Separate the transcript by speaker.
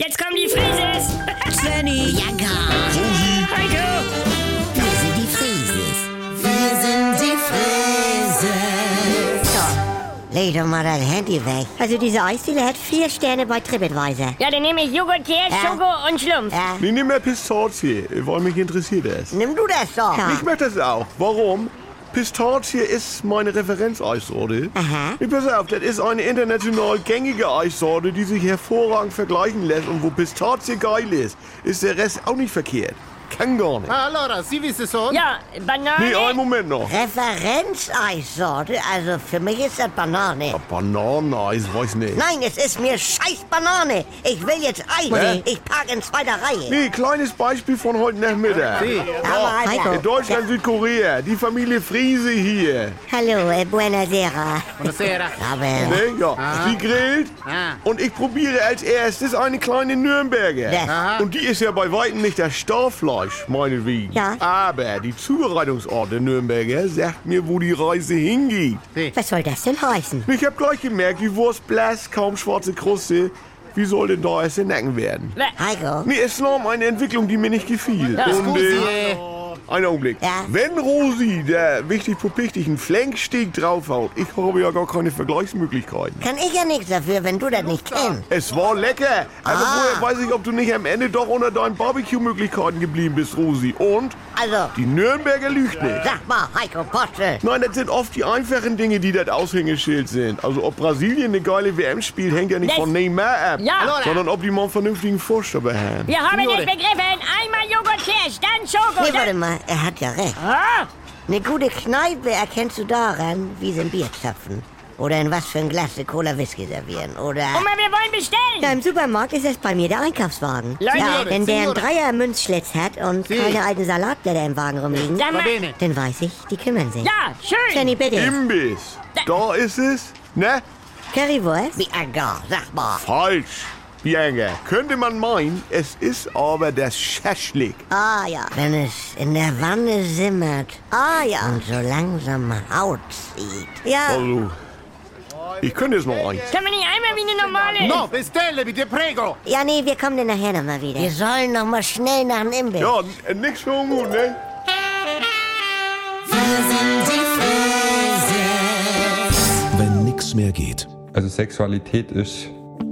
Speaker 1: Jetzt kommen die Frieses!
Speaker 2: Svenny,
Speaker 3: Ja, gar.
Speaker 1: Heiko!
Speaker 3: Wir sind die Frieses. Wir sind die Frieses.
Speaker 2: so, leg doch mal dein Handy weg. Also diese Eisdiele hat vier Sterne bei TripAdvisor.
Speaker 1: Ja, dann nehme ich Joghurt, Käse,
Speaker 2: Ja.
Speaker 1: Schoko und Schlumpf.
Speaker 2: Äh,
Speaker 4: Nee, nimm mehr Pistazie, weil mich interessiert es.
Speaker 2: nimm du das doch.
Speaker 4: Ich möchte es auch. Warum? Pistazie ist meine Referenzeissorte.
Speaker 2: Aha.
Speaker 4: Ich pass auf, das ist eine international gängige Eissorte, die sich hervorragend vergleichen lässt. Und wo Pistazie geil ist, ist der Rest auch nicht verkehrt. Kann gar nicht.
Speaker 5: Allora, si viste son?
Speaker 1: Ja, Banane.
Speaker 4: Nee, einen Moment noch.
Speaker 2: Referenzeissorte, also für mich ist das Banane.
Speaker 4: Bananeneis, weiß nicht.
Speaker 2: Nein, es ist mir scheiß Banane. Ich will jetzt Eis.
Speaker 4: Hä?
Speaker 2: Ich park in zweiter Reihe.
Speaker 4: Nee, kleines Beispiel von heute Nachmittag.
Speaker 5: Sì.
Speaker 2: Aber Heiko.
Speaker 4: In Deutschland, Südkorea, die Familie Friese hier.
Speaker 2: Hallo, äh, buonasera.
Speaker 5: Buonasera.
Speaker 2: Aber
Speaker 4: Ne? Ja.
Speaker 5: Ah.
Speaker 4: Sie grillt
Speaker 5: Ah.
Speaker 4: und ich probiere als erstes eine kleine Nürnberger.
Speaker 2: Ja.
Speaker 5: Aha.
Speaker 4: Und die ist ja bei weitem nicht das Starfleisch, meinetwegen.
Speaker 2: Ja.
Speaker 4: Aber die Zubereitungsort der Nürnberger sagt mir, wo die Reise hingeht.
Speaker 2: was soll das denn heißen?
Speaker 4: Ich habe gleich gemerkt, die Wurst blass, kaum schwarze Kruste. Wie soll denn da erst der Nacken werden?
Speaker 2: Heiko,
Speaker 4: Mir ist enorm eine Entwicklung, die mir nicht gefiel. Und, äh,
Speaker 5: Scusi. eh.
Speaker 4: einen Augenblick.
Speaker 2: Ja.
Speaker 4: Wenn Rosi, der wichtig pupichtig, einen Flanksteg draufhaut, ich habe ja gar keine Vergleichsmöglichkeiten.
Speaker 2: kann ich ja nichts dafür, wenn du das nicht kennst.
Speaker 4: Es war lecker, aber
Speaker 2: Ah.
Speaker 4: woher weiß ich, ob du nicht am Ende doch unter deinen Barbecue-Möglichkeiten geblieben bist, Rosi. Und
Speaker 2: Also,
Speaker 4: die Nürnberger lügt nicht.
Speaker 2: sag mal, Heiko Postel.
Speaker 4: Nein, das sind oft die einfachen Dinge, die das Aushängeschild sind. Also ob Brasilien eine geile WM spielt, hängt ja nicht
Speaker 1: Das-
Speaker 4: von Neymar ab,
Speaker 1: Ja. Allora.
Speaker 4: sondern ob die mal einen vernünftigen Vorstopper haben.
Speaker 1: Wir haben
Speaker 5: Signore.
Speaker 1: es begriffen. Einmal Joghurt, Käse, dann Schoko.
Speaker 2: Nee, warte
Speaker 1: dann...
Speaker 2: mal, er hat ja recht.
Speaker 1: Ah,
Speaker 2: Eine gute Kneipe erkennst du daran, wie sie ein Bier zapfen. Oder in was für ein Glas sie Cola Whisky servieren. Oder...
Speaker 1: Oma, wir wollen bestellen.
Speaker 2: Ja, im Supermarkt ist es bei mir der Einkaufswagen.
Speaker 1: Leute,
Speaker 2: ja, wenn der einen
Speaker 5: Signore.
Speaker 2: Dreier Münzschlitz hat und
Speaker 5: Sie.
Speaker 2: keine alten Salatblätter im Wagen rumliegen,
Speaker 1: Sag
Speaker 5: Va
Speaker 1: mal.
Speaker 5: bene.
Speaker 2: dann weiß ich, die kümmern sich.
Speaker 1: Ja, schön.
Speaker 2: Jenny, bitte.
Speaker 4: Imbiss. Da ist es. Ne?
Speaker 2: Currywurst? Bianca, sag mal.
Speaker 4: Falsch, Bianca. Könnte man meinen, es ist aber das Schaschlik.
Speaker 2: Ah ja. Wenn es in der Wanne simmert. Ah ja. Oh, Und so langsam Haut zieht. Ja.
Speaker 4: Also, ich könnte jetzt noch eins.
Speaker 1: Können wir nicht einmal wie eine normale...
Speaker 5: No, bestellevi, ti prego.
Speaker 2: Ja, nee, wir kommen dann nachher nochmal wieder. Wir sollen nochmal schnell nach dem Imbiss.
Speaker 4: Ja, n- nix für ungut, ne?
Speaker 3: Wir sind die Frieses.
Speaker 6: Wenn nichts mehr geht.
Speaker 7: Also Sexualität ist